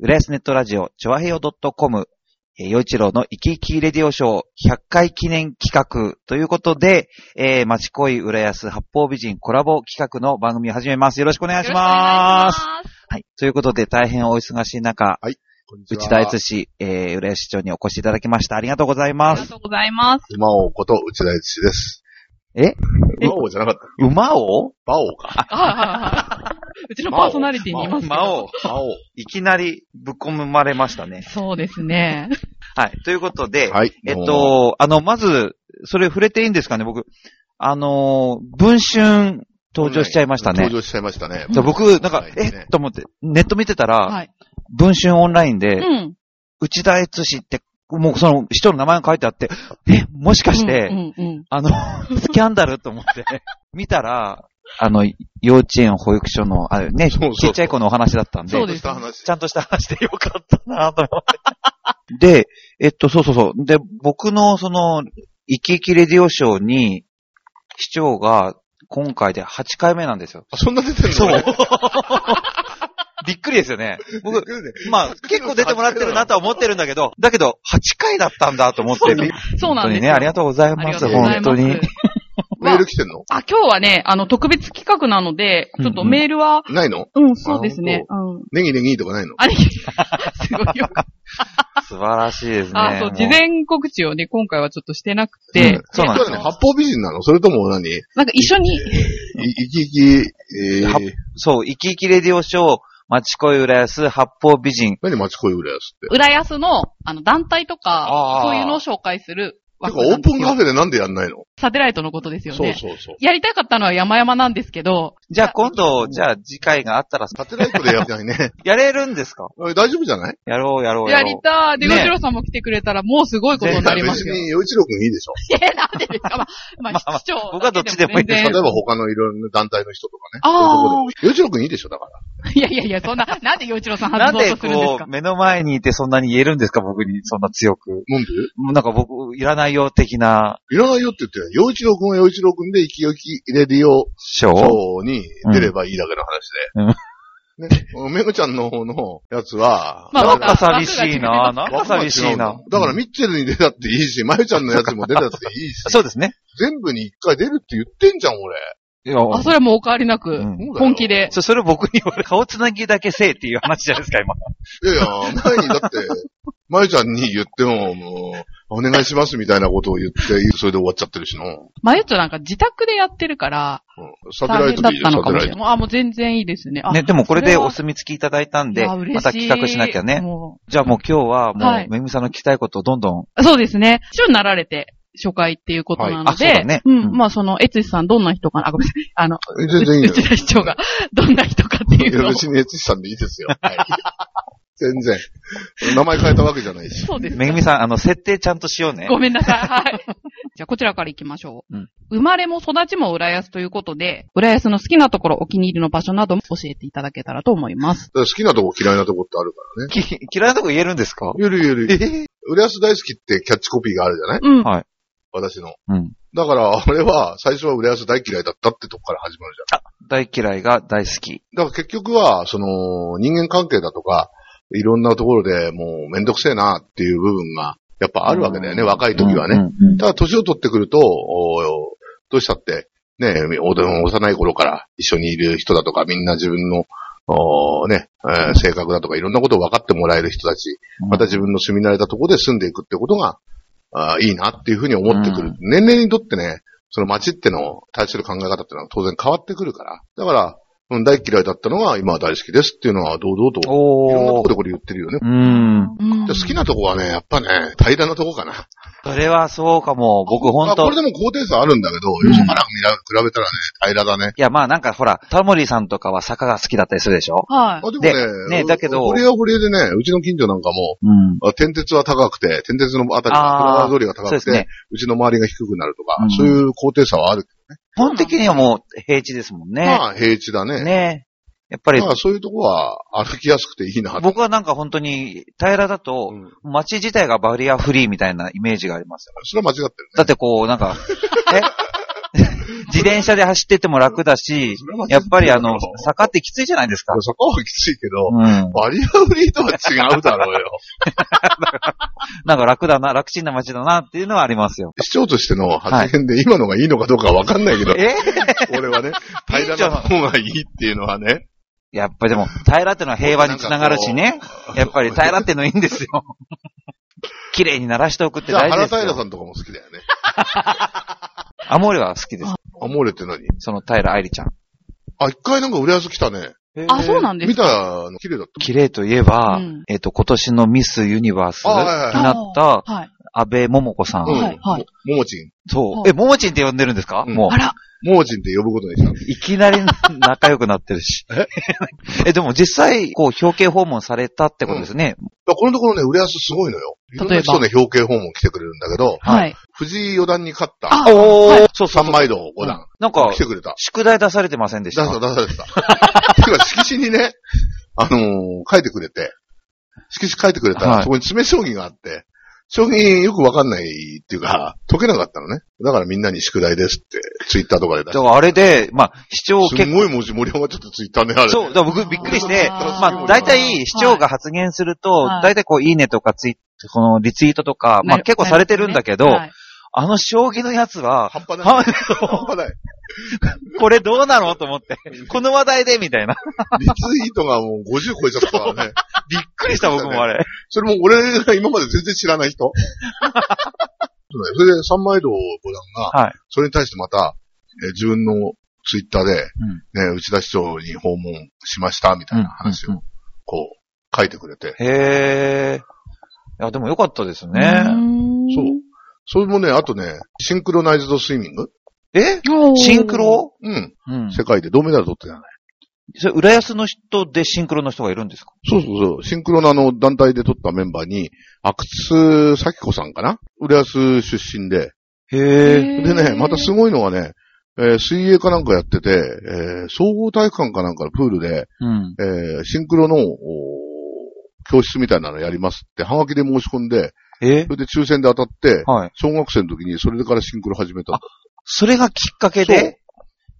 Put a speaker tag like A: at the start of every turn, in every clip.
A: 浦安ネットラジオ、ちょわへよ .com、えー、洋一郎の生き生きレディオショー100回記念企画ということで、えー、町恋浦安八方美人コラボ企画の番組を始めます。よろしくお願いします。はい。ということで、大変お忙しい中、
B: こんにちは
A: 内田悦氏、えー、浦安市長にお越しいただきました。ありがとうござい
C: あ
A: ま
C: りが
A: す。
C: とうございます。
B: 馬王こと内田悦司です。
A: え
B: 馬王じゃなかった。
A: 馬を
B: 馬王か。
C: ああああ うちのパーソナリティにいますけど。
A: 馬を、
B: 馬王。
A: いきなりぶっ込まれましたね。
C: そうですね。
A: はい。ということで、
B: はい。
A: えっ
B: も
A: と、あの、まず、それ触れていいんですかね僕、あのー、文春
B: う、
A: 登場しちゃいましたね。
B: 登場しちゃいましたね。
A: じゃあ僕、なんか
B: は、い
A: え
B: ね
A: っと思って、ネット見てたら、
C: はい。
A: 文春オンライン
C: う
A: で、
C: ん。
A: 内田悦氏って、もうその人の名前が書いてあって、え、もしかして、
C: うんうんうん。
A: あ の、スキャンダルと思って、見たら、あの、幼稚園、保育所の、あれね、
B: そうそう
A: ちっちゃい子のお話だったんで、
C: そう
B: ちょ
C: です
B: っとした話
A: ち。ゃんとした話でよかったなと思って。 で、えっと、そうそうそう。で、僕のその、イキイキレディオショーに、市長が今回で8回目なんですよ。
B: あそんな出てるの
A: そう。びっくりですよね。僕、まあ、結構出てもらってるなとは思ってるんだけど、だけど、8回だったんだと思って、
C: そうなん
A: 本当
C: で
A: に
C: す
A: ね、
C: よ。
A: ありがとうござい
C: あ
A: ま
C: りが
A: す、
C: とうござい
A: 本当
C: ます
A: に。
B: メール来てんの
C: あ、今日はね、あの、特別企画なので、ちょっとメールは、
B: ないの
C: うん、そうですね。うん。
B: ネギネギとかないの
C: あれ、 すごいよ。
A: 素晴らしいですね。
C: あ、そう、
A: も
C: 事前告知をね、今回はちょっとしてなく
B: う
C: て
B: ん、
A: そうなんで
B: だ
A: す
B: ね、
A: よ。
B: 八方美人なのそれとも何い
C: なんか一緒に、
B: 生き生き、え
A: は
B: ー、
A: そう、生き生きレディオショー、町恋浦安、八方美人。
B: 何町恋浦安って。
C: 浦安の、あの、団体とか
A: あ、ー
C: そういうのを紹介する
B: て
C: 枠
B: か、オ
C: なん
B: ー
C: で
B: プ
C: す
B: ン
C: よ
B: カフェでなんでやんないの
C: サテライトのことですよね。
B: そうそうそう。
C: やりたかったのは山々なんですけど、
A: じゃあ今度、じゃあ次回があったら、
B: サテライトでやりたいね。
A: やれるんですか
B: え 大丈夫じゃない
A: やろうやろうやろう。
C: やりたい。で、
A: ね
C: 洋一郎さんも来てくれたら、もうすごいことになりま
B: 別
C: すよ。
B: に、洋一郎くんいいでしょ。
C: え、なんでですかまあ、ま
A: まあま
C: あ、
A: あ
C: 市長。
A: 僕はどっちでもいいです
B: 例
A: よ
B: えば他のいろんな団体の人とかね。
C: あ
B: そういうとこでも洋一郎くんいいでしょ、だから。
C: あ、いやいやいや、そんな、なんで洋一郎さん
A: な
C: 発
A: ん
C: 動
A: で
C: とするんです
A: こ
C: か
A: う、目の前にいてそんなに言えるんですか僕にそんな強く。
B: なんで
A: もうなんか僕、いらないよ的ない
B: らないよって言ってない、洋一郎くんは洋一郎くんで、生き生きレディオ
A: ショー
B: ショーに出ればいいだけの話で。ね、めぐちゃんの方のやつは、
C: まあ
A: なん
B: だ
A: か
B: か
A: 寂しいな
C: 枠
A: な
B: ら
A: んか寂しいな。
B: だから、ミッチェルに出たっていい し、まゆちゃんのやつにも出たっていいし、
A: そうですね。
B: 全部に一回出るって言ってんじゃん、俺。
A: いや
C: あ、それはもうお変わりなく、
A: うん
C: 本気で。
A: そそれ僕に言われ、顔つなぎだけせえっていう話じゃないですか、今。
B: いやいや、前にだって、まゆちゃんに言っても、もう、お願いしますみたいなことを言って、それで終わっちゃってるしな。うん
C: まあ、ゆっちょなんか自宅でやってるから、
B: サテ
C: 大
B: ライ
C: 変
B: ト
C: だ
B: で
C: っ
B: いいよ、
C: た
B: サ
C: のか
B: テ
C: も
B: ラ
C: し
B: イ
C: れない。。
B: ト
C: もうあ、もう全然いいですね。あ
A: ね、でもこれでお
C: そ
A: 墨付きいただいたんで、
C: れは
A: また企画しなきゃ。
C: いや嬉しい
A: ね。
C: も
A: じゃあもう今日はもう、
C: はい
A: めぐみさんの聞きたいことをどんどん。
C: うそうですね。市長になられて、初回っていうことなので、
A: はいあそうだね
C: う
A: うん
C: ん、まあその、えつしさんどんな人かな、あ、ごめんなさい。あの、
B: え全然いいよ
C: うちの市長がどんな人かってい
B: いうや、
C: のを。
B: 別に悦司さんでいいですよ。はい、全然。名前変えたわけじゃない し。
C: そうですね
A: めぐみさん、あの、設定ちゃんとしようね。
C: ごめんなさい。はい。 じゃあ、こちらから行きましょう。
A: うん
C: 生まれも育ちも浦安ということで、浦安の好きなところ、お気に入りの場所なども教えていただけたらと思います。
B: だから好きなとこ嫌いなとこってあるからね。
A: き嫌いなとこ言えるんですか
B: ゆるゆる。
A: え
B: 浦安大好きってキャッチコピーがあるじゃない
C: うん。
A: はい
B: 私の。
A: うん。
B: だから、俺は最初は浦安大嫌いだったってとこから始まるじ
A: 大嫌いが大好き。
B: ゃん。だから結局は、その、人間関係だとか、いろんなところでもうめんどくせえなっていう部分が、やっぱあるわけだよね、
A: うん
B: 若い時はね。
A: うんうん
B: ただ、年を取ってくると、おどうしたって、ね、おでも幼い頃から一緒にいる人だとか、みんな自分の、おね、えー性格だとか、いろんなことを分かってもらえる人たち、また自分の住み慣れたところで住んでいくってことが、あーいいなっていうふうに思ってくる。
A: うん
B: 年齢にとってね、その街っての対する考え方ってのは当然変わってくるから。だから、うん大嫌いだったのが今は大好きですっていうのは堂々と、いろんなと
A: お
B: こ
A: ー
B: でこれ言ってるよね。
A: うん。
C: うん
B: で好きなとこはね、やっぱね、平らなとこかな。
A: それはそうかも。僕ほ
B: ま
A: ん。
B: あ、ことれでも高低差あるんだけど、
A: ん
B: 横から見ら比べたらね、平らだね。
A: いや、まあなんかほら、タモリさんとかは坂が好きだったりするでしょ
C: はい。
B: あ、でもね、
A: でねだけど
B: 堀は堀江でね、うちの近所なんかも、
A: うん。
B: あ天鉄は高くて、天鉄のあたり
A: あー
B: が、フラワー通りが
A: そ
B: 高
A: うで
B: く
A: す
B: て、
A: ね。
B: うちの周りが低くなるとか、
A: うん
B: そういう高低差はある。
A: 基本的にはもう平地ですもんね。
B: まあ、平地だね。
A: ねやっぱ
B: だ
A: り
B: か、らそういうとこは歩きやすくていいなって。
A: 僕はなんか本当に平らだと、
B: うん
A: 街自体がバリアフリーみたいなイメージがありますよ。
B: それは間違ってる
A: だってこう、なんか、え 自転車で走ってっても楽だし、やっぱりあの、坂ってきついじゃないですか。
B: そこはきついけど、
A: うん。
B: バリアフリーとは違うだろ うよ。
A: なんか楽だな、楽ちんな街だなっていうのはありますよ。
B: 市長としての発言で今のがいいのかどうかわかんないけど、
A: え
B: 俺 はね、平らな方がいいっていうのはね、
A: やっぱでも、平らってのは平和につながるしね。やっぱり平らってのいいん ですよ。綺麗に鳴らしておくって
B: じゃあ
A: 大事
B: 原
A: です
B: 平
A: よ。
B: さんとかも好きだよ ね。
A: アモーレは好きです。
B: アモーレって何
A: その平愛理ちゃん。
B: あ、一回なんか浦安来たね。
C: あ、そうなんです
B: 見
C: か
B: たの綺麗だった。
A: 綺麗といえば、
C: うん
A: えっ、と、今年のミスユニバースに
B: あはいはい
A: なった
C: はい。
A: 安倍桃子さん。
C: うんはいはい
B: ももちん。
A: そ
C: は
A: う。
C: い
A: え、桃ちんって呼んでるんですか、
B: うん
A: も
C: あら、
B: ももちんって呼ぶことにしたの。
A: う、いきなり仲良くなってる し。え、でも実際、こう、表敬訪問されたってことですね。
B: このところね、浦安すごいのよ。いろん
C: 例え
B: な
C: ば
B: 人ね、表敬訪問来てくれるんだけど、
C: はい。
B: 藤井四段に勝った
C: あ
A: おー、
C: は
A: そうそう
B: 三
A: そう。
B: 枚堂五段。
A: なんか
B: 来、てくれた。
A: 宿題出されてませんでし
B: 出
A: た。
B: さ、出され てた。てか、色紙にね、あのー書いてくれて、色紙書いてくれたら、
A: はい
B: そこに詰め将棋があって、将棋よくわかんないっていうか、解けなかったのね。だからみんなに宿題ですって、ツイッターとかで出
A: だ
B: し
A: からあれで、まあ、市長
B: て。
A: 結
B: す
A: 構
B: ごい文字盛り上がっちゃったツイッターね、あれ。
A: そう、だから僕びっくりして、
C: あー
A: まあ、大体、市長が発言すると
C: は、い
A: 大体こう、いいねとかツイこのリツイートとか、まあ結構されてるんだけど、
C: はい
A: あの将棋のやつは、
B: 半端ない。
A: は
B: 半端ない。
A: これどうなのと思って、この話題でみたいな。
B: リツイートがもう50超えちゃったからね。
A: びっくりした僕もあれ。
B: それも俺が今まで全然知らない人。 そうだよそれで三枚堂五段が、
A: はい。
B: それに対してまた、えー自分のツイッターで、
A: うん
B: ね、内田市長に訪問しました、みたいな話
A: うんうん
B: を、こう、書いてくれて。
A: へえ。いや、でもよかったです
C: う
A: ね。
C: ーん
B: そうそれもね、あとね、シンクロナイズドスイミング
A: え
C: おー
A: シンクロ
B: うん。
A: うん。
B: 世界で銅メダル取ってたよね。
A: それ、浦安の人でシンクロの人がいるんですか
B: そうそうそう。シンクロのあの団体で取ったメンバーに、阿久津咲子さんかな浦安出身で。
A: へえ。
B: でね、またすごいのはね、えー水泳かなんかやってて、えー総合体育館かなんかのプールで、
A: うん。
B: えーシンクロの、おー教室みたいなのやりますって、ハガキで申し込んで、
A: え
B: それで抽選で当たって、
A: はい。
B: 小学生の時にそれからシンクロ始めたんだ。
A: それがきっかけで、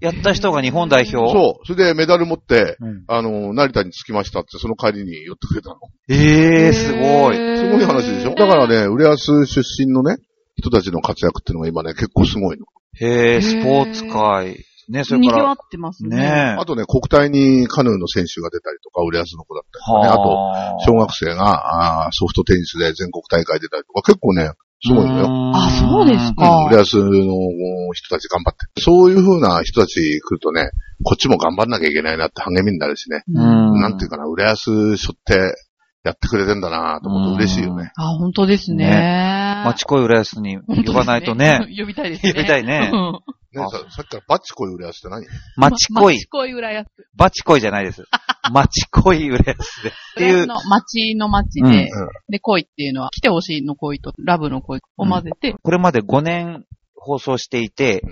A: やった人が日本代表。
B: そう。それでメダル持って、
A: うん。
B: あの、成田に着きましたって、その帰りに寄ってくれたの。
A: ええ、すごい。
B: すごい話でしょだからね、浦安出身のね、人たちの活躍っていうのが今ね、結構すごいの。
A: へ
C: へ
A: え、
C: ー
A: スポーツ界。ね、それか
C: 賑わ
A: ら。
C: ってますね。
A: ね
B: あとね、国体にカヌーの選手が出たりとか、浦安の子だったりとかね。あと、
A: は
B: 小学生があーソフトテニスで全国大会出たりとか、結構ね、すごいのよ。
A: よ
C: あそうです
B: う
C: か
B: ん、浦安の人たち頑張って。そういう風な人たち来るとね、こっちも頑張んなきゃいけないなって励みになるしね。
A: うん
B: なんていうかな、浦安しょってやってくれてんだなと思って嬉しいよね。
C: あ、本当ですね。
A: 町恋浦安に呼ばないとね。。
C: 呼びたいですね。
A: 呼びたいね
C: う。
A: うん
B: ねささっきからバッチコイ浦安って何
C: ん。
A: 町恋
C: 町。恋浦安。っ
A: バチ恋じゃないです。町恋浦安で。っていう。
C: の町の町で、
A: うん
B: うん
C: で、恋っていうのは、来てほしいの恋とラブの恋を混ぜて、
A: これまで5年放送していて
B: うん、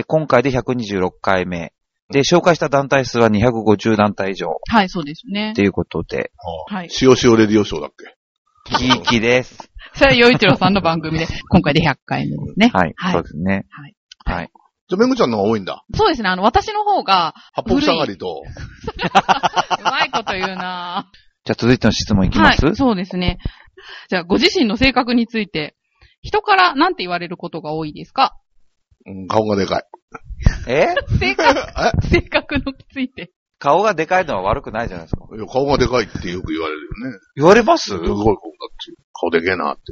A: え今回で126回目。で、紹介した団体数は250団体以上
C: はい、そうですね
A: っ。ていうことで、
C: はい。
B: 塩塩レディオショーだっけ
A: キーキです。
C: それは、洋一郎さんの 番組で、今回で100回目ですね。
A: はい。
C: はい
A: そうですね。
C: はい。
A: はい。
B: じゃあ、めぐちゃんの方が多いんだ。
C: そうですね、あの、私の方が、
B: 八方下がりと、
C: うまいこと言うなぁ
A: じゃあ続いての質 問いきます
C: はい、そうですね。じゃあ、ご自身の性格について、人からなんて言われることが多いですか
B: うん、顔がでかい。
A: え
C: 性格、性格のついて。
A: 顔がでかいのは悪くないじゃないですか。
B: いや顔がでかいってよく言われるよね。
A: 言われます
B: すごい顔だって。顔でけえなって。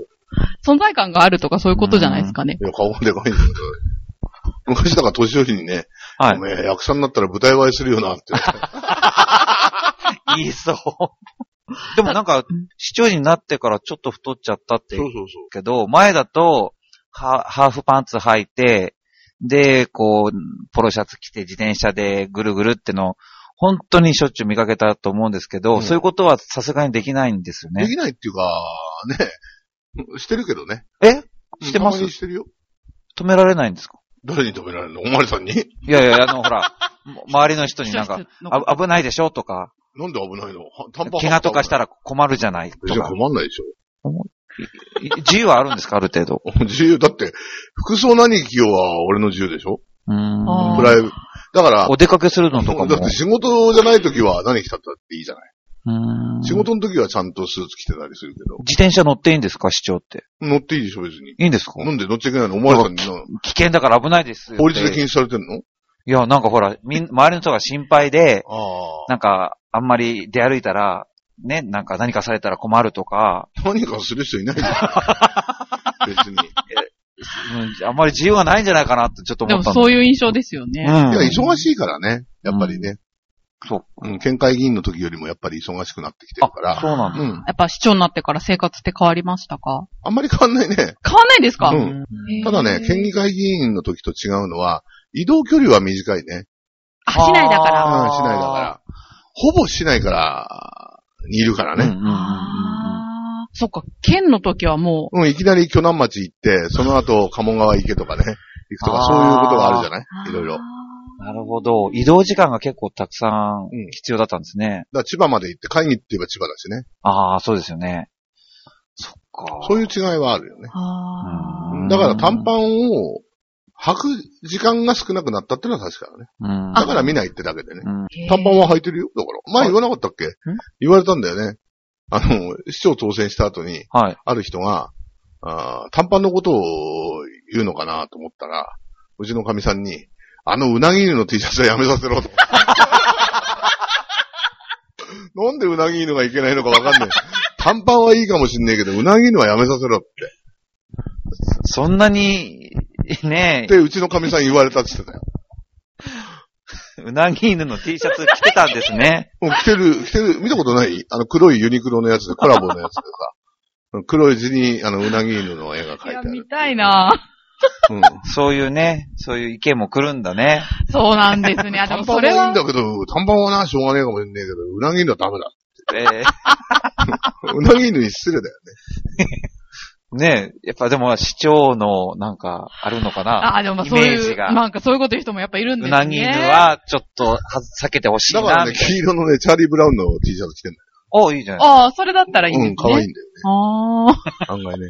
C: 存在感があるとかそういうことじゃないですかね。
B: いや、顔がでかいんだけど。昔だから年寄りにね、
A: は
B: おめえ役者になったら舞台映えするよなって。
A: い。言いそう。 でもなんか
C: うん、
A: 市長になってからちょっと太っちゃったって
B: そ
A: 言う
B: うそうそう。
A: けど、前だと、ハハーフパンツ履いて、で、こう、ポロシャツ着て自転車でぐるぐるっての、本当にしょっちゅう見かけたと思うんですけど、
B: うん
A: そういうことはさすがにできないんですよ
B: で
A: ね。
B: きないっていうか、ね、してるけどね。
A: えしてます
B: たまにしてるよ。
A: 止められないんですか
B: 誰に止められるのおまりさんに
A: いやいや、あの、ほら、も周りの人になん
C: 秘
A: か
C: 書、室の
A: あ危ないでしょとか、
B: なんで危ないのは短パン
A: 怪我とかした
B: ら。
A: ら困るじゃないと
B: じゃ
A: か。
B: あ困んないでしょ。
A: 自由はあるんですかある程度。
B: 自由、だって、服装何着ようは俺の自由でしょ
A: うー
C: あー
A: ん。
B: プライベだから、
A: お出かけするのとかも。
B: だって仕事じゃない時は何着たっていいじゃない。
A: うーん
B: 仕事の時はちゃんとスーツ着てたりするけど、
A: 自転車乗っていいんですか、市長って。
B: 乗っていいでしょ別に。
A: いいんですか
B: なんで乗っちゃいけないのお前さんにな
A: 危険だから危ないです。
B: 法律で禁
A: い
B: 止されてんの
A: や、なんかほら、みん、周りの人が心配で、
B: ああ。
A: なんか、あんまり出歩いたら、ね、なんか何かされたら困るとか、
B: 何かする人いないじ ゃん。別に。
A: うん、あんまり自由がないんじゃないかなってちょっと
C: で
A: 思
C: も
A: ったん
C: そう
A: い
C: いう印象ですよね。
A: うん。
B: いや、忙しいからね。やっぱりね。
A: そう。
B: うん、県会議員の時よりもやっぱり忙しくなってきてるから。
A: あ、そうなんだ。
B: うん。
C: やっぱ市長になってから生活って変わりましたか
B: あんまり変わんないね。
C: 変わんないですか、
B: うん
C: へー
B: ただね、県議会議員の時と違うのは、移動距離は短いね。
C: あ、市内だから。
B: うん
A: あー、
B: 市内だから。ほぼ市内から、にいるから
A: うんうん
B: ね。
A: うんうん
C: あーそっか、県の時はもう、
B: うん、いきなり巨南町行って、その後、鴨川池とかね、行くとか、
A: あー
B: そういうことがあるじゃないいろいろ。
C: あ
B: だか
A: うん。なるほど。移動時間が結構たくさん
B: うん
A: 必要だったんですね。
B: ら千葉まで行って、会議って言えば千葉だしね。
A: ああ、そうですよね。そっか。
B: そういう違いはあるよね。
C: ーあー
A: うん
B: だから短パンを履く時間が少なくなったってのは確かだね。
A: うん。
B: だから見ないってだけでね
A: う。ん。
C: へー
B: 短パンは履いてるよ。だから。前言わなかったっけ言われたんだよね。あの、市長当選した後に、
A: はい。
B: ある人が、あー短パンのことを言うのかなと思ったら、うちの神さんに、あのうなぎ犬の T シャツはやめさせろと。なんでうなぎ犬がいけないのかわかんない。短パンはいいかもしんないけど、うなぎ犬はやめさせろっ
A: そんなに、ね
B: て、うちの神さん言われたって言ってたよ。
A: え、うなぎ犬の T シャツ着てたんですね。
B: もう着てる、着てる、見たことないあの黒いユニクロのやつで、コラボのやつ でさ、黒い字に、あの、うなぎ犬の絵が描いて
C: いや、
B: ある
C: 見。たいな
B: うん。
A: そういうね、そういう意見も来るんだね。
C: そうなんです ね。あ、でも
B: 短パン
C: そ
B: はい
C: れ
B: いん
C: は、
B: だけど、短パンはな、しょうがねえかもしんねえけど、うなぎ犬はダメだ。
A: え
B: うなぎ犬に失礼だ よね。
A: ー、ねえ、やっぱでも市長のなんかあるのかな。
C: あ、でもそう
A: イメー
C: い
A: ジ
C: う、
A: が
C: なんかそういうこと言う人もやっぱいるんで
A: う
C: すね。
A: なぎ犬はちょっとは避けてほしい
B: だから
A: な、
B: ね、
A: みたいな。
B: 黄色のね、チャーリー・ブラウンの T シャツ着てん
A: お、いいじゃない
C: ああ、それだったらいいん
B: だ
C: です
B: よ。
C: ね。
B: うん、可愛いんだよね。
C: あー
B: 案外ね。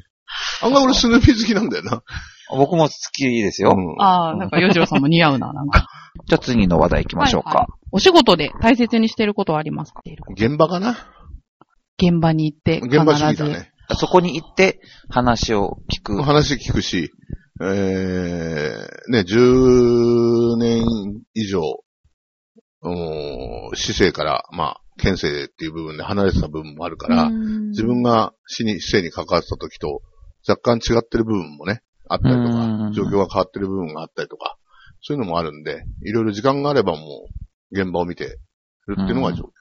B: 案外俺スヌーピー好きなんだよな。
A: 僕も好きですよ。
B: うん
C: あー、なんか、よじろさんも似合うな、なんか。
A: じゃあ次の話題行きましょうか。
C: はいはいお仕事で大切にしてることはありますか
B: 現場かな
C: 現場に行って、必ず。
B: 現場主義だね。
A: そこに行って話を聞く。
B: 話聞くし、えー、ね、10年以上、うん市政から、まあ、県政っていう部分で離れてた部分もあるから、自
C: 自
B: 分が市に、市政に関わってた時と、若干違ってる部分もね、あったりと
A: う
B: か
A: ん、
B: 状況が変わってる部分があったりとか、そういうのもあるんで、いろいろ時間があればもう、現場を見てるっていうのが状況。
A: うん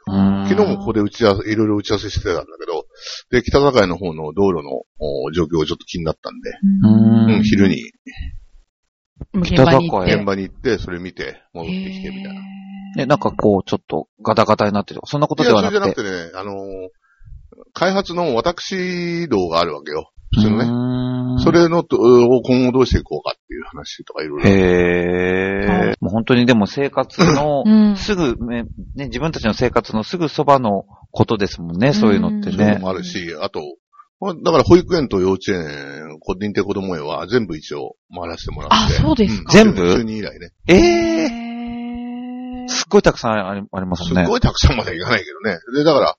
B: 昨日もここで打ち合わせ、いろいろ打ち合わせしてたんだけど、で、北境の方の道路のお状況がちょっと気になったんで、
A: うん
B: うん、昼に
C: 現場に行っ
A: ええ
C: て。
B: 現場に行って、それ見て、戻ってきてみたいな。
A: ね、なんかこう、ちょっとガタガタになってるとか、そんなこと
B: い
A: で
B: や、
A: は
B: それ
A: な
B: じゃな
A: く
B: く
A: て。
B: てね、あのー開発の私道があるわけよ。普通のね。
A: の
B: そ、れのと、を今後どうしていこうかっていう話とかいろいろ。
A: へ
C: は
A: え。もう本当にでも生活の
C: う、ん。
A: すぐ、ね、ね自分たちの生活のすぐそばのことですもんね、そういうのって
C: うん
B: そういうの
A: ね。
B: もあるし、あと、まあだから保育園と幼稚園、こ認定こども園は全部一応回らせてもらって。
C: あそうですか
A: 全部
B: 中2以来ね。
A: ええ
C: へー
A: すっごいたくさんありあります
B: す
A: もん
B: っ
A: ね。
B: ごいたくさんまではいかないけどね。で、だから、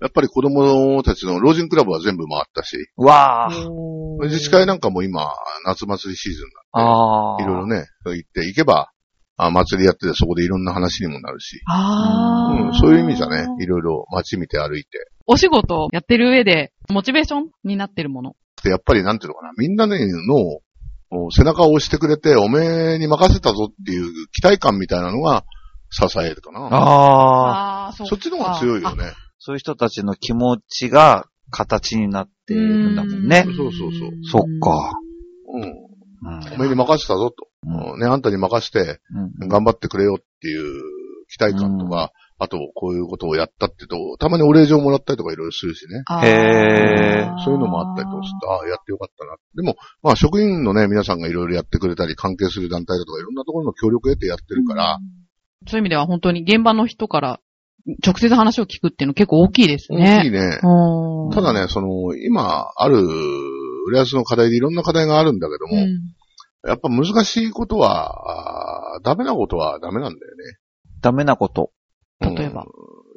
B: やっぱり子供たちの老人クラブは全部回ったし、
A: わー
B: 自治会なんかも今、夏祭りシーズン
A: ああ。
B: いろいろね、行って行けば、あ祭りやっててそこでいろんな話にもなるし、
C: あー
B: うん、そういう意味じゃね、いろいろ街見て歩いて。
C: お仕事をやってる上で、モチベーションになってるもの。
B: で、やっぱりなんていうのかな、みんなね、の、お背中を押してくれて、おめえに任せたぞっていう期待感みたいなのが支えるかな。
A: ああ。
C: ああ、そ
B: そっちの方が強いよね。
A: そういう人たちの気持ちが形になっているんだもんね
B: う。んそうそうそう
A: そっか。
B: うん。
A: うん
B: おめえに任せたぞと。
A: うん
B: うんね、あんたに任せて、
A: うん
B: 頑張ってくれよっていう期待感とか、あと、こういうことをやったってと、たまにお礼状もらったりとかいろいろするしね。
C: あー。
A: へー
B: そういうのもあったりとかして、ああ、やってよかったな。でも、まあ、職員のね、皆さんがいろいろやってくれたり、関係する団体だとか、いろんなところの協力を得てやってるから、
C: そういう意味では本当に現場の人から直接話を聞くっていうの結構大きいです
B: 大き
C: ね。
B: いね。
C: 大
B: ただ、ね、その、今、ある、浦安の課題でいろんな課題があるんだけども、やっぱ難しいことは、あーダメなことはダメなんだよ
A: ダメなこと。
B: ね。うん
C: 例えば。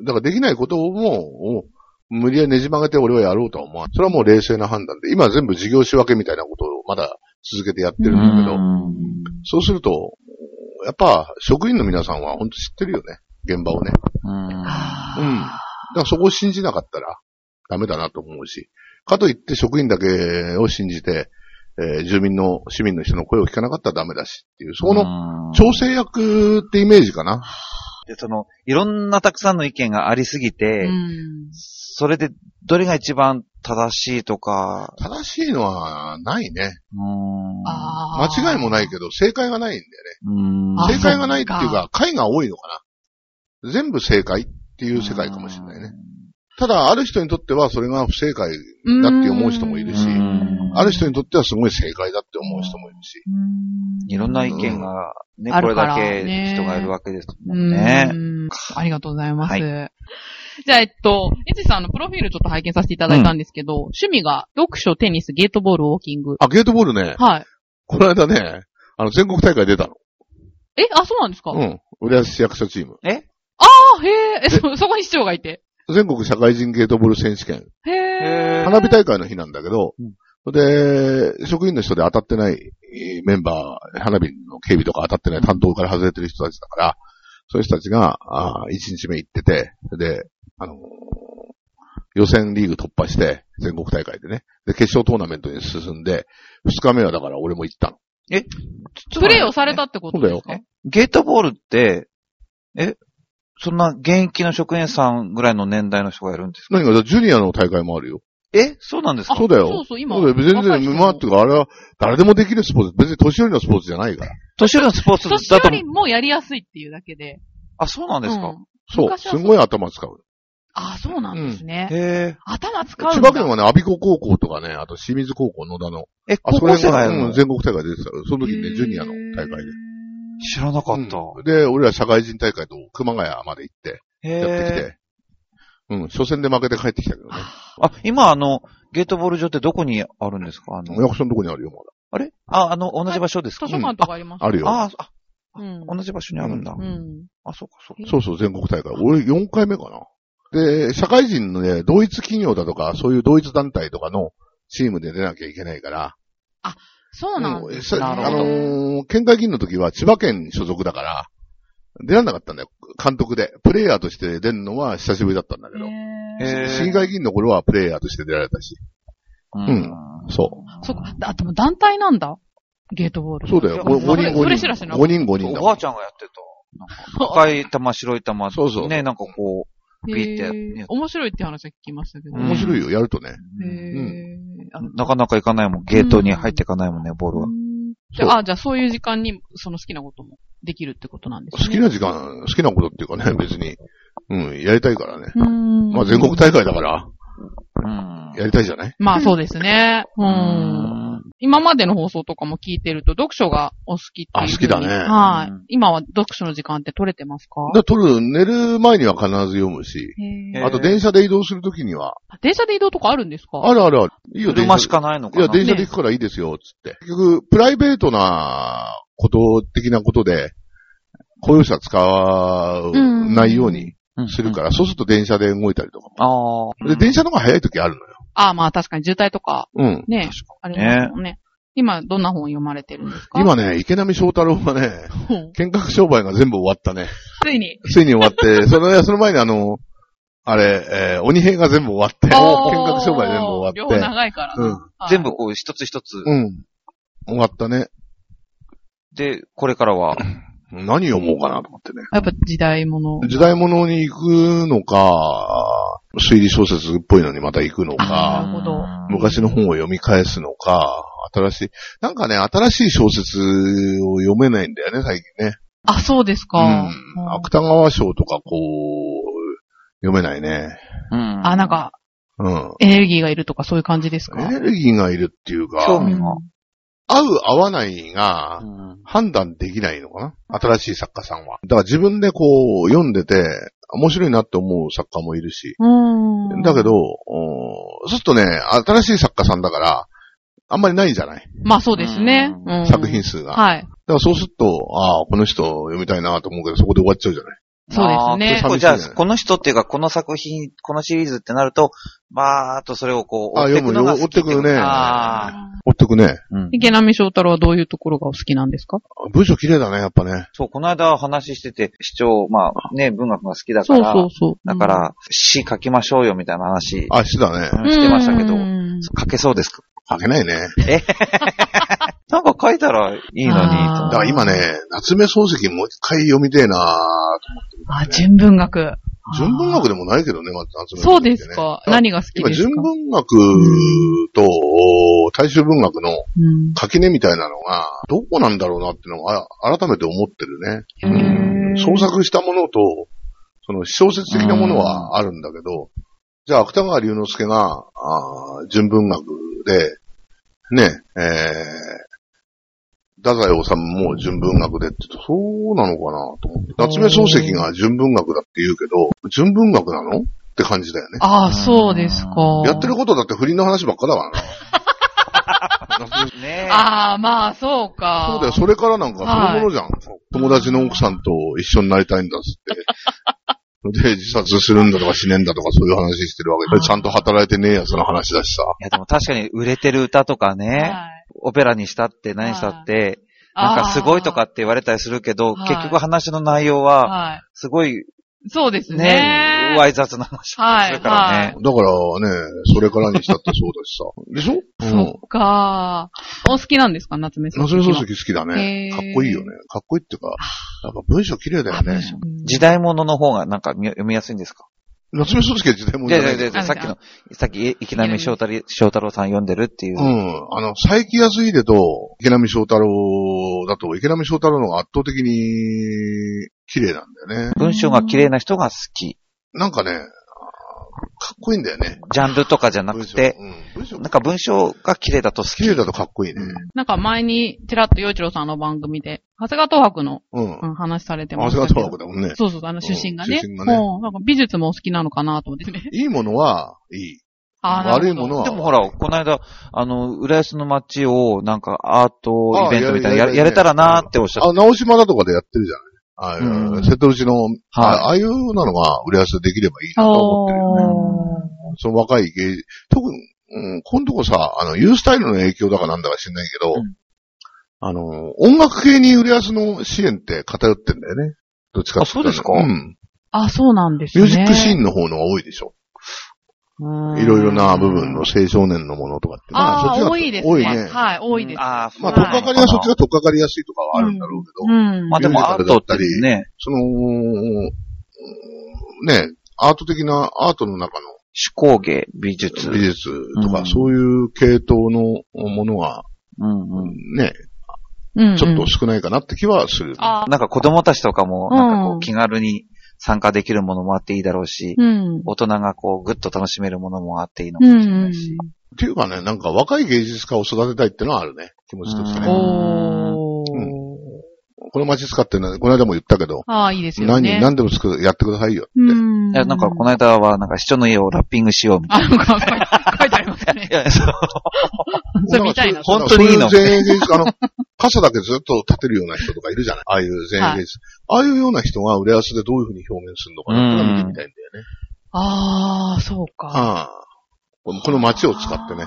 B: だからできないことをもう、無理やりねじ曲げて俺はやろうとは思わない。それはもう冷静な判断で、今は全部事業仕分けみたいなことをまだ続けてやってるんだけど、
A: うん
B: そうすると、やっぱ職員の皆さんは本当知ってるよね。現場をね。
A: うん
B: うん。だからそこを信じなかったらダメだなと思うし、かといって職員だけを信じて、えー住民の、市民の人の声を聞かなかったらダメだしっていう、そこの
A: の
B: 調整役ってイメージかな。
A: で、その、いろんなたくさんの意見がありすぎて、
C: うん
A: それで、どれが一番正しいとか、
B: 正しいのはないね。
A: うーん。
C: あー
B: 間違いもないけど、正解がないんだ
A: うーん。
C: あ
B: よね。正解がないっていう
C: そ
B: か、解が多いのかな。全部正解っていう世界かもしれないね。ただ、ある人にとってはそれが不正解だって思う人もいる
A: う、
B: し
A: ん。
B: ある人にとってはすごい正解だって思う人もいるし、
A: いろんな意見が、ね、こ
C: うん
A: れだ
C: あるから
A: け
C: ね
A: 人がいるわけですも
C: うんん
A: ね。
C: ありがとうございます。
A: はい
C: じゃあ、えっと、エチさんのプロフィールちょっと拝見させていただいたんですけど、趣味が読書、テニス、ゲートボール、ウォーキング。
B: あ、ゲートボールね、
C: はい。
B: この間ね、あの、全国大会出たの。
C: え、あ、そうなんですか、
B: う
C: あ、
B: ん。浦安市役所チーム。
C: へえ、えそ、 そこに市長がいて。
B: 全国社会人ゲートボール選手権。
C: へえ。
B: 花火大会の日なんだけど、で、職員の人で当たってないえーメンバー、花火の警備とか当たってない担当から外れてる人たちだから、そういう人たちが、あ1日目行ってて、で、あのー予選リーグ突破して、全国大会でね。で、決勝トーナメントに進んで、2日目はだから俺も行ったの。
C: プレイをされたってことです
B: そうだ
C: か
A: ゲートボールって、え、そんな現役の職員さんぐらいの年代の人がやるんですか
B: 何か、ジュニアの大会もあるよ。
A: え、そうなんです
C: あ
A: か
B: そうだよ
C: そうそう、今。
B: そうだよ全
C: 若い人
B: 然、まあ、っていうか、あれは、誰でもできるスポーツ。別に年寄りのスポーツじゃないから。
A: 年寄りのスポーツ
C: 年
A: だと
C: 寄、りもやりやすいっていうだけで。
A: あ、そうなんです
C: う
A: か
C: ん
B: そう。
C: 昔は
B: す
C: そう
B: ごい頭使う。
C: あ、そうなんですね。
A: へえ。
C: 頭使う
B: 千
C: ん
B: 葉
C: だ。
B: 県はね、阿鼻子高校とかね、あと清水高校、野田の。
A: え、
B: あ
A: 高
B: そこら
A: 校生が
B: 辺が、
A: やる
B: う
A: の
B: ん、全国大会出てたよ。その時
C: へ
B: ね、
C: ー
B: ジュニアの大会で。
A: 知らなかった。
B: うんで、俺ら社会人大会と熊谷まで行って、
A: へ
B: やってき
A: え。
B: て。うん、初戦で負けて帰ってきたけどね。
A: あ、今あの、ゲートボール場ってどこにあるんですかあの、
B: 役所のとこにあるよ、ま
A: あれあ、あの、同じ場所ですか
C: 図書館とかあります
B: だ。あるよ。
A: ああ、
C: うん。
A: 同じ場所にあるんだ。
C: うん。
A: あ、そうか、そうか。
B: そうそう、全国大会。俺4回目かな。で、社会人のね、同一企業だとか、そういう同一団体とかのチームで出なきゃいけないから、
C: そうなんで
B: う
C: す
B: ん
C: ね。
A: な
B: さ
A: る
B: あ
A: ほど
B: のー県会議員の時は千葉県所属だから、出られなかったんだよ、監督で。プレイヤーとして出るのは久しぶりだったんだけど、
C: へー
A: へー
B: 市議会議員の頃はプレイヤーとして出られたし、
A: うん
B: うんそ
C: そっか。だでも団体なんだ。ゲートボー
B: う。
C: ル。
B: そうだよ、5人
C: それ
B: 5人。
C: それ知らしな
B: 5人5人だ
A: おば
B: もん
A: あちゃんがやってた。赤い玉、白い玉。
B: そうそう
A: ね、なんかこ
C: へー
A: ビーってやって
C: 面白いって話は聞きましたけど。
A: うん
B: 面白いよ、やるとね。
A: う、
C: へーあ
A: なかなか行かないもん。ゲートに入っていかないもんね、ボールは。
C: じゃあ、あじゃあそういう時間に、その好きなこともできるってことなんで
B: 好
C: す
B: き
C: ね。
B: な時間、好きなことっていうかね、別に。うん、やりたいからね。
C: 好きな、うん。
B: まあ全国大会だから、
A: うん。
B: やりたいじゃない
C: まあそうですね。う。
A: うん
C: 今までの放送とかも聞いてると、読書がお好きっていうふうに
B: あ好きだね
C: は
A: うん
C: い。今は読書の時間って取れてますか
B: だ取る、寝る前には必ず読むし、
C: へ
A: え
C: ー
A: ー
B: あと電車で移動するときには、
C: あ電車で移動とかあるんですか
B: あるあるある。いいよ、電車
A: 車
B: で
A: しかないの
B: い
A: かな。
B: や、電車で行くからいいですよ、つって。結局、プライベートなこと的なことで、雇用者使わ
C: うん
B: ないように
A: うん
B: するから、そうすると電車で動いたりとかも。
A: ああ。
B: で、電車の方が早い時ある
C: ああ、まあ確かに渋滞とか
B: のよ。うん。
C: ね、ありますもんね。今、どんな本読まれてるんですか
B: 今ね、池波正太郎がね、
C: うん
B: 見学商売が全部終わったね。
C: つい に。
B: ついに終わって、その、その前にあの、あれ、えー鬼兵が全部終わって、見
C: あー
B: 学商売全部終
C: 両
B: わ
C: 方
B: って、
C: 長いからな。
B: うん
C: はい
A: 全部こう、一つ一つ。
B: うん。終わったね。
A: で、これからは。
B: 何読もうかなと思ってね。
C: やっぱ時代物。
B: 時代物に行くのか、推理小説っぽいのにまた行くの
C: あ
B: か、
C: なるほど
A: うん
B: 昔の本を読み返すのか、新しい、なんかね、新しい小説を読めないんだよね、最近ね。
C: あ、そうです
B: う
C: か。うん
B: ん。芥川賞とかこう、読めないね。
A: うん。
C: あ、なんか、
B: うん。
C: エネルギーがいるとかそういう感じですか
B: エネルギーがいるっていう
A: 興
B: か、
A: 味が
B: 合う合わないが
A: う、ん、
B: 判断できないのかな新しい作家さんは。だから自分でこう、読んでて、面白いなって思う作家もいるし、
C: うん。
B: だけど、おーそうするとね、新しい作家さんだから、あんまりないじゃない
C: まあそうですね。
A: う
C: うん
B: 作品数が。だか
C: はい。
B: らそうすると、ああ、この人読みたいなと思うけど、そこで終わっちゃうじゃない
C: そうです
A: あー結
C: ね。
A: 構じゃあ、
B: 寂しいね
A: この人っていうか、この作品、このシリーズってなると、バーっとそれをこう、
B: あ
A: 追ってくのが好き
B: 読むよ追ってくね
A: あ
C: あ
B: ほっとくね。
A: ーうん
C: 池波正太郎はどういうところがお好きなんですか
B: 文章綺麗だね、やっぱね。
A: そう、この間話してて、市長、まあね、文学が好きだか
C: そう
A: ら、
C: そうそう。
A: だから、詩書きましょうよみたいな話、
B: あ、してたね。
A: う
C: うん、
A: んしてましたけど
C: う、ん
A: 書けそうですか
B: 書けないね。
A: なんか書いたらいいのに
C: あー
A: と思っ
B: だ
A: て
B: から今ね、夏目漱石もう一回読みてえな
C: あ、純文学。
B: 純文学
C: で
B: でもないけどね、まず夏目漱石、ね。
C: そうですか。
B: だら
C: 何が好き
B: 今、
C: ですか
B: 純文学と大衆文学の
C: うん
B: 垣根みたいなのが、どこなんだろうなっていうのが、あ改めて思ってる
C: へ
B: ね。
C: ー
B: 創作したものと、その小説的なものはあるんだけど、じゃあ、芥川龍之介が、あー純文学で、ね、えー、太宰治も純文学でって言うと、そうなのかなと思って。夏目漱石が純文学だって言うけど、純文学なのって感じだよね。
C: ああ、そうですか。
B: やってることだって不倫の話ばっかだからな。
A: ねえ
C: ああ、まあ、そうか。
B: そうだよ、それからなんかそういうものじゃん。友達の奥さんと一緒になりたいんだっつって。 で、自殺するんだとか死ねんだとかそういう話してるわけで、ちゃんと働いてねえやつの話だしさ。
A: いやでも確かに売れてる歌とかね、
C: はい
A: オペラにしたって何したって、なんかすごいとかっ。て言われたりするけど、
C: はい
A: 結局話の内容
C: あー
A: は、
C: は
A: すごい
C: い。そうですね。
A: ね、わい雑な話をするから
C: はいは
A: ね
C: い。
B: だからね、それからにしたってそうだしさ。でしょ
C: そっか。お好きなんですか、夏目
B: うん。夏目漱石好きだ
C: へ
B: ね。
C: ー
B: かっこいいよね。かっこいいっていうか、やっぱ文章綺麗だよね。
A: 時代物の方がなんか見読みやすいんですか
B: 夏目漱石は時代もん
A: じ
B: じ
A: ゃ
B: ゃ
A: あじ
B: な
A: ゃあ
B: い
A: じゃあじゃ
B: けど
A: あさっきの、さっき池波正太り正太郎さん読んでるっていうう。
B: ん。あの、佐伯康秀と池波正太郎だと、池波正太郎の方が圧倒的に綺麗なんだよね。
A: 文章が綺麗な人が好き。
B: なんかね、あーかっこいいんだよね。
A: ジャンルとかじゃなくて、
B: 文章、うん、文章
A: なんか文章が綺麗だと好
B: 綺
A: き。
B: 麗だとかっこいいね。
C: なんか前に、ちらっと洋一郎さんの番組で、長谷川東博の、
B: うん。
C: うん、話されて
B: あ、
C: まし
B: それ
C: た
B: は
C: け
B: ト
C: ど。
B: ラブだもんね。
C: そうそう、あの、出身がね。
B: 出身がね
C: うんなんか美術もお好きなのかなと思ってね。
B: いいものはいい。
C: あーなるほど
B: 悪いものは。
A: でもほら、この間、あの、浦安の街を、なんか、アート
B: あ
A: イベントみたいな
B: や
A: や
B: る
A: やれたらなーっておっしゃっ
B: あ、直島だとかでやってるじゃない。ああ
A: うん
B: 瀬戸内の、あ
A: はい
B: ああいうなのが売り合わせできればいいなと思ってるよね。
C: あ
B: その若い芸、特に、うん、このとこさ、あの、ユースタイルの影響だかなんだか知んないけど、
A: うん
B: あの、音楽系に売り合わせの支援って偏ってんだよね。どっちかっていと
A: あそうですか
B: うん。
C: ーあ、そうなんです
B: ミ
C: ね。
B: ュージックシー
C: ン
B: ンの方のが多いでしょ。
A: た。
B: いろいろな部分の青少年のものとかっていうのは
C: あ
B: そっち
C: あ、
B: が
C: 多いですね。
B: 多いね。
C: はい、多いです。
A: あー
B: まあ、
C: は
B: と
C: い
B: っかかりはそっちがとっかかりやすいとかはあるんだろうけど、
C: うん。
A: まあでもアートってね、
B: その、うんね、アート的な、アートの中の
A: 手工芸、美術。
B: 美術と
A: う
B: か、
A: ん
B: そういう系統のものが、
A: うんうん
B: ね、
C: うんうん
B: ちょっと少ないかなって気はする。
C: あ
A: なんか子供たちとかも、
C: うん
A: なんかこう気軽に参加できるものもあっていいだろうし、
C: うん。
A: 大人がこうぐっと楽しめるものもあっていいの
C: う
A: かもしれ
C: ん
A: ないし。。
B: っていうかね、なんか若い芸術家を育てたいってのはあるね、気持ちとして
A: うん
B: ね。
C: おー。
B: この街使ってるのはこの間も言ったけど、
C: ああ、いいですよ
B: 何、
C: ね。
B: 何でも作るやってくださいよって。
C: うん。
A: いや、なんかこの間はなんか市長の家をラッピングしようみたい
C: あ、なんか書いて書いてありますね。
A: な。いや、そう
C: それ見たいな。
A: ほん本当にいいの
B: そうう前衛芸術、あの、 傘だけずっと立てるような人とかいるじゃないああいう前衛芸術。ああいうような人が売れ合わせでどういうふうに表現するのかなっていうのを見てみたいんだよね。
C: ああ、そうか。
B: ああ。この街を使ってね。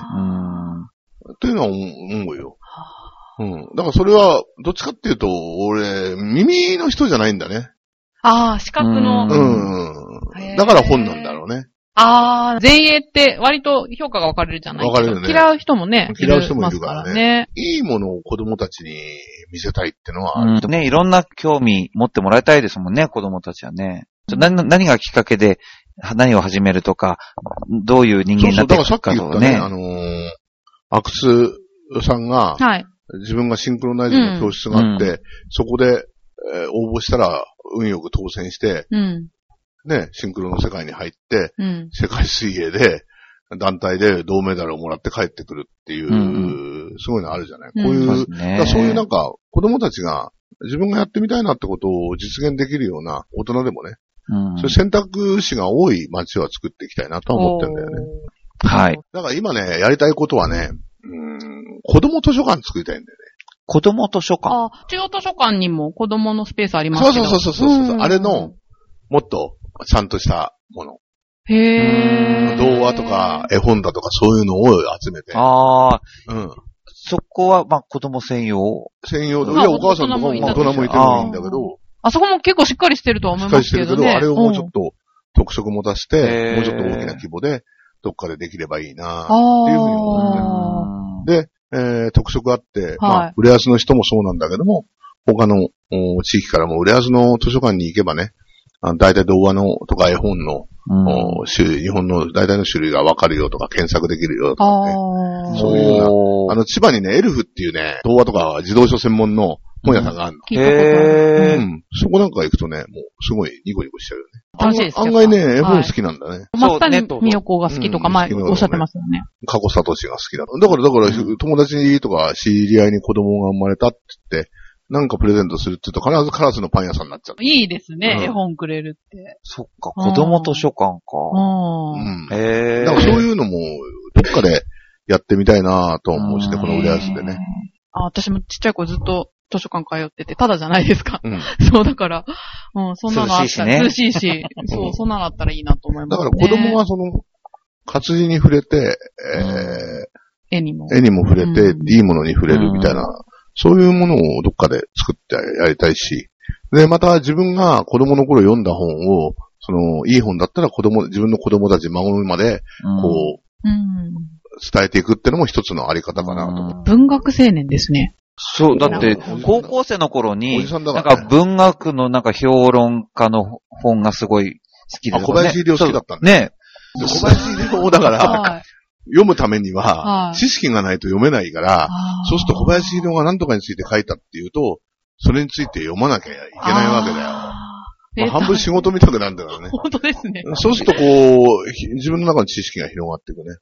A: う
B: というのは思思うよ。うん。だからそれは、どっちかっていうと、俺、耳の人じゃないんだね。
C: ああ、視覚の。
A: う
B: うんん。
C: へー
B: だから本なんだろうね。
C: ああ、前衛って割と評価が分かれるじゃないですか
B: 分かれるね
C: 嫌う人もね。
B: 嫌う人もいるからね
C: ますね。
B: いいものを子供たちに見せたいってのは、
A: ん。うん。ね、いろんな興味持ってもらいたいですもんね、子供たちはね。ちょ何の何がきっかけで、は何を始めるとか、どういう人
B: そ
A: 間
B: う
A: に
B: そ
A: なっ
B: う、
A: て
B: だか
A: い
B: らさ
A: く
B: っき
A: か
B: 言っ
A: と
B: た
A: か
B: ね、
A: ね。
B: あのー阿久津さんが、
C: はい。
B: 自分がシンクロナイズの教室があって、
A: う
B: そこで、えー応募したら、運よく当選して、
C: うん。
B: ね、シンクロの世界に入って、
C: うん。
B: 世界水泳で、団体で銅メダルをもらって帰ってくるっていう、
A: うん
B: すごいのあるじゃない。
C: うん
B: こういう、
A: そうです
B: だ
A: ね
B: からそういうなんか、子供たちが、自分がやってみたいなってことを実現できるような大人でもね、
A: うん
B: そういう選択肢が多い街は作っていきたいなとは思ってんだよね。
C: おー
A: はい。
B: だから今ね、やりたいことはね、うーん子供図書館作りたいんだよ
A: 子供図書館。
C: あ、中央図書館にも子供のスペースあり
B: ね。
C: ま
B: そう
C: すけ
B: そう
C: ど
B: そうそうそうそう、
C: ん
B: あれの、もっと、ちゃんとしたもの。
C: へー。
B: 童話とか、絵本だとか、そういうのを集めて。
A: ああ、
B: うん。
A: そこは、まあ、子供専用。
B: 専用で。い
C: まあ
B: や、お母さんとかも
C: 大
B: 大
C: 人
B: 人
C: も
B: も
C: い
B: い
A: たで
B: て
A: しょ
B: もいいんだけど、
C: あそこも結構しっかりしてるとは思
B: し
C: い
B: っか
C: ま
B: り
C: す
B: して
C: け
B: るけ
C: ど
B: ど、
C: ね。
B: あれをもうちょ
C: ん
B: っと特色も出して、
A: へー
B: もうちょっと大きな規模で、どっかでできればいいなっていうふうに思って。
C: あ
A: う
B: えー特色あって、ま
C: はい
B: あ、浦安の人もそうなんだけども、他のお地域からも浦安の図書館に行けばね、あ大体童話のとか絵本の、
A: ん
B: お種類、日本の大体の種類がわかるよとか検索できるよと
C: あ。
B: かね。
C: ああ。
B: そういうような
A: おー
B: あの、千葉にね、エルフっていうね、童話とか児童書専門の本屋さんがあるの。
C: 聞いたことある。
A: へ
B: う
A: ー
B: ん。そこなんか行くとね、もうすごいニコニコしちゃうよね。
C: 楽しいですよ
B: 案外ね、絵本好きなんだね。
C: 松
A: そうね
C: 谷美代子が好きとか
B: うん
C: 前
B: 好きなのね
C: おっしゃってましたよね。
B: 過去サトシが好きだと。だから、だから、
A: う
B: 友達とか知り合いに子供が生まれたって言って、なんかプレゼントするって言うと必ずカラスのパン屋さんになっちゃう。
C: いいですね
B: う、ん
C: 絵本くれるって。
A: そっか、子供図書館か。
C: う。
B: うんん。
A: へえ。
B: だからそういうのも、どっかでやってみたいなと思うしね、
A: うん
B: この浦安でね。
C: あ。私もちっちゃい頃ずっと図書館通ってて、ただじゃないですか。
B: うん。
C: そう、だから、うん、そんなのあったら、
A: 涼
C: 涼しい し、そう、そんなのあったらいいなと思いま
B: だ
C: す、
B: から
C: ね。
B: 子供がその、活字に触れて、
C: 絵にも
B: えー。絵にも触れて、
C: うん
B: いいものに触れるみたいな、そういうものをどっかで作ってやりたいし、で、また自分が子供の頃読んだ本を、その、いい本だったら子供、自分の子供たち、孫まで、
A: うん
B: こう、
C: うん。
B: 伝えていくってのも一つのあり方かなと。
A: うん
C: 文学青年ですね。
A: そう、だって
B: うん、
A: 高校生の頃
B: お
A: に
B: じ、さんだ
A: なん
B: から、
A: か
B: ね。
A: 文学のなんか評論家の本がすごい好きで
B: あ小林良介だったんだ
A: ね。
B: 小林良だから、
C: はい。
B: 読むためには
C: は、い
B: 知識がないと読めないから、そうすると小林良が何とかについて書いたっていうと、それについて読まなきゃいけないわけだよ。まあ、半分仕事みたくなんだからね。
C: 本当ですね。
B: そうするとこう、ひ自分の中の知識が広がっていくね。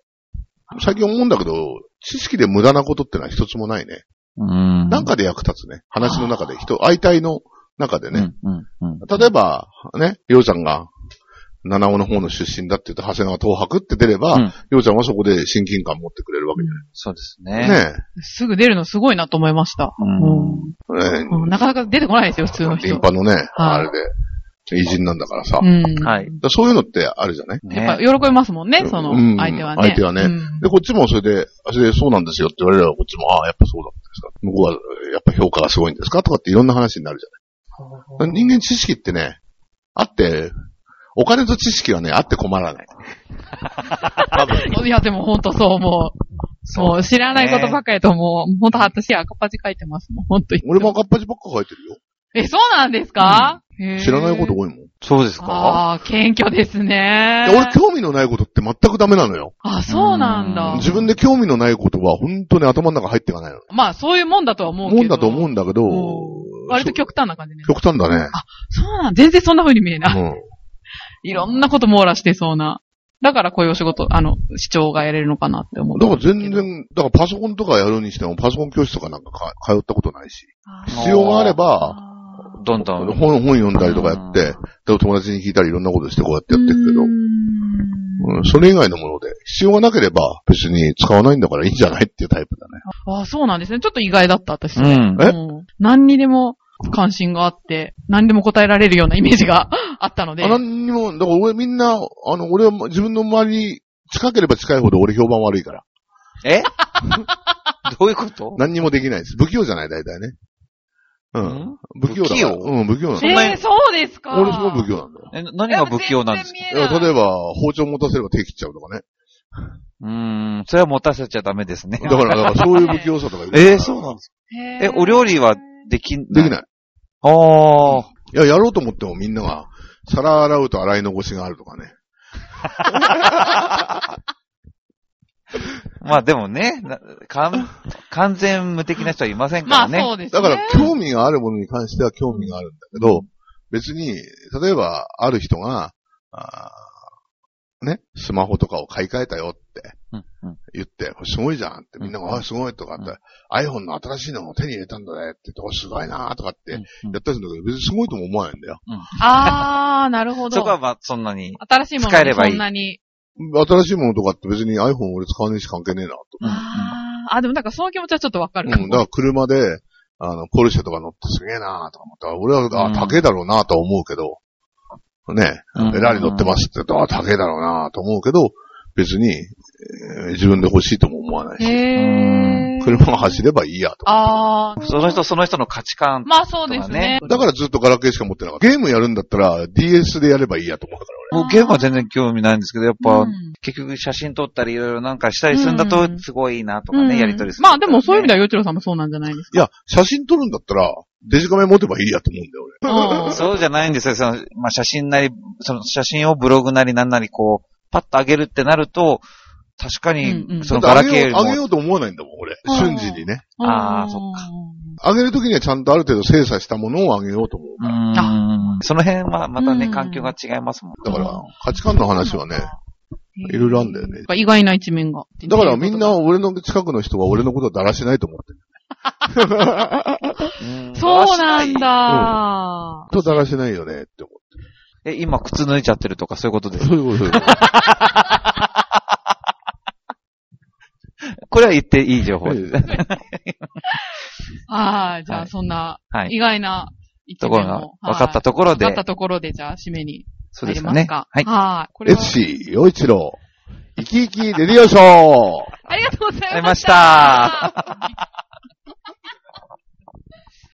B: 最近思うんだけど、知識で無駄なことってのは一つもないね。
A: うん。
B: なんかで役立つね。話の中で、人、相対の中で
A: う
B: ね。
A: ん、うん、うん。
B: 例えば、ね、りょうちゃんが、七尾の方の出身だって言って、長谷川東博って出れば、
A: う
B: り
A: ん
B: ょうちゃんはそこで親近感持ってくれるわけじ
A: そうです
B: ゃ
A: ね。
B: ない。ね
C: すぐ出るのすごいなと思いました。
A: う
B: え。ね
C: うんなかなか出てこないですよ、普通の
B: え。リ
C: 人
B: ン。パのね、あれで、偉人なんだからさ。だか
C: うん。
A: はい
B: らそういうのってあるじゃない
A: ね。
C: やっぱ喜びますもんね、その
B: うん、
C: 相手はね。
B: 相手はね
C: うん
B: で、こっちもそれで、あそれでそうなんですよって言われれば、こっちも、ああ、やっぱそうだったんですか。向こうは、やっぱ評価がすごいんですかとかっていろんな話になるじゃない。人間知識ってね、あって、お金と知識はね、あって困らない。多 分。
C: いや、でも本当そう思う。もう知らないことばっかりともう、本当私赤パチ書いてますもん、本当に。
B: 俺も赤っ端ばっか書いてるよ。
C: え、そうなんですか、へー
B: 知らないこと多いもん。で
A: そうですか
C: ああ、謙虚ですね。
B: 俺興味のないことって全くダメなのよ。
C: あ、そうなんだ
A: うん。
B: 自分で興味のないことは本当に頭の中入っていかないの。
C: まあ、そういうもんだとは思うけど。
B: もんだと思うんだけど、
C: うん割と極端な感じね。
B: 極端だね。
C: そうなん全然そんな風に見えない。
B: うん。
C: いろんなこと網羅してそうな。だからこういうお仕事、あの、市長がやれるのかなって思う。
B: だから全。然、だからパソコンとかやるにしても、パソコン教室とかなんかか通ったことないし。必要があれば、
A: どんど
B: 本
A: ん。
B: 本読んだりとかやって、で友達に聞いたりいろんなことしてこうやってやってるけど、
C: うーん
B: うん、それ以外のもので、必要がなければ別に使わないんだからいいんじゃないっていうタイプだね。
C: ああ、そうなんですね。ちょっと意外だった、私。
A: うん。
B: え
C: うん何にでも関心があって、何でも答えられるようなイメージが あったので。
B: あ、何にも、だから俺みんな、あの、俺は自分の周りに近ければ近いほど俺評判悪いから。
A: え どういうこと
B: 何にもできないです。不器用じゃない、大体ね。うん。
A: ん
B: 不器用だ
A: 不器
B: から。うん、不器用なんだ
A: そんなに
C: えーそうですか
B: 俺すごい不器用なんだよ。
A: え、何が不器用なんですか
B: いや例えば、包丁持たせれば手切っちゃうとかね。
A: うーん。それは持たせちゃダメですね。
B: だから、だからそういう不器用さとかいるから
A: ええ、そうなんですえお料理はできない
B: できない。
A: ああ。
B: いや、やろうと思ってもみんなが、皿洗うと洗い残しがあるとかね。
A: まあでもね、な完、完全無敵な人はいませんか
C: ま
A: ら
C: あ
A: ね。
C: そうですね。
B: だから、興味があるものに関しては興味があるんだけど、別に、例えば、ある人が、あーね、スマホとかを買い替えたよって
A: うんうん
B: 言って、これすごいじゃんって、みんなが、
A: うん
B: あ、すごいとかって、iPhone の新しいのを手に入れたんだねって言って、おすごいなとかって、
A: う
B: や
A: んうん
B: ったりするんだけど、別にすごいとも思わないんだよ。
C: あー、なるほど。
A: そこはまあそんなに。
C: 新しいも
A: 使え
C: の
A: れ
C: に
A: ばいい
C: そんなに。
B: 新しいものとかって別に iPhone 俺使わねえし関係ねえなと。
A: うんうん
C: あーあ、でもなんかその気持ちはちょっとわか
B: う
C: る
B: ん、
C: か
B: だ
C: も。
B: から車で、あの、ポルシェとか乗ってすげえなーとか思ったら、俺は、
A: う
B: あ、
A: ん
B: 高えだろうなーとは思うけど、ね、
A: うん
B: フェラーリ乗ってますって言うと、あ、高えだろうなーと思うけど、別に、えー自分で欲しいとも思わないし、
C: へー。
B: 車が走ればいいやと
C: あ
B: か。
C: ー。
A: その人その人の価値観。
C: まあそうですね。
B: だからずっとガラケーしか持ってなかった。ゲームやるんだったら DS でやればいいやと思ったから俺。
A: 僕ゲームは全然興味ないんですけど、やっぱ、
C: うん
A: 結局写真撮ったりいろいろなんかしたりするんだと
C: うん、
A: すごいいいなとかね、
C: うん
A: やりとりする、
C: まあでもそういう意味で
A: は。
C: は、よちろさんもそうなんじゃないです
B: いや、写真撮るんだったら、デジカメ持てばいいやと思うんだよ、
C: か。うん
A: そうじゃないんですよ。その、まあ写真なり、その写真をブログなりなんなりこう、パッと上げるってなると、確かに
C: うんう、ん
A: その
B: 俺。
A: ガ
B: だっ
A: ラ
B: て
A: ケー
B: あげ
A: より
B: よう、あげ
A: も、
B: ようと思わないんだもん、俺。
C: うん
B: 瞬時にね。
A: あーそっ
C: か。
B: あげるときにはちゃんとある程度精査したものをあげようと思う
A: う
B: から。
A: ん。その辺はまたね、
C: うん
A: 環境が違いますもん。
B: だか
C: う
B: ら
C: ん、
B: 価値観の話はね、
C: へー、
B: いろいろあんだよね
C: なんか意外な一面が。
B: だからみんな、俺の近くの人は俺のことをだらしないと思ってる。
A: うん
C: そうなん。
A: わ
C: だ。
B: とだらしないよねって思
A: しえ、今靴脱いちゃってるとかそういうこと
B: っ
A: で
B: て。
A: す。
B: そういうことそういうこと
A: これは言っていい情 報です。
B: ええ
C: ああ、じゃ
A: は
C: あ
A: い
C: そんな
A: はい。
C: 意外な一
A: ところ
C: 面
A: が
C: も。
A: 分かった
C: とこと
A: ころ
C: ろで。
A: で
C: 分かっ、たところで、じゃあ締めに
A: そう
C: 入
A: で
C: り
A: す
C: ま
A: か
C: す
A: ね。
C: か。
A: はい。
C: はい。これは、
B: FC 洋一郎、生き生きレディオショー
C: ありがとうござい
A: ありま
C: ま
A: し
C: したた。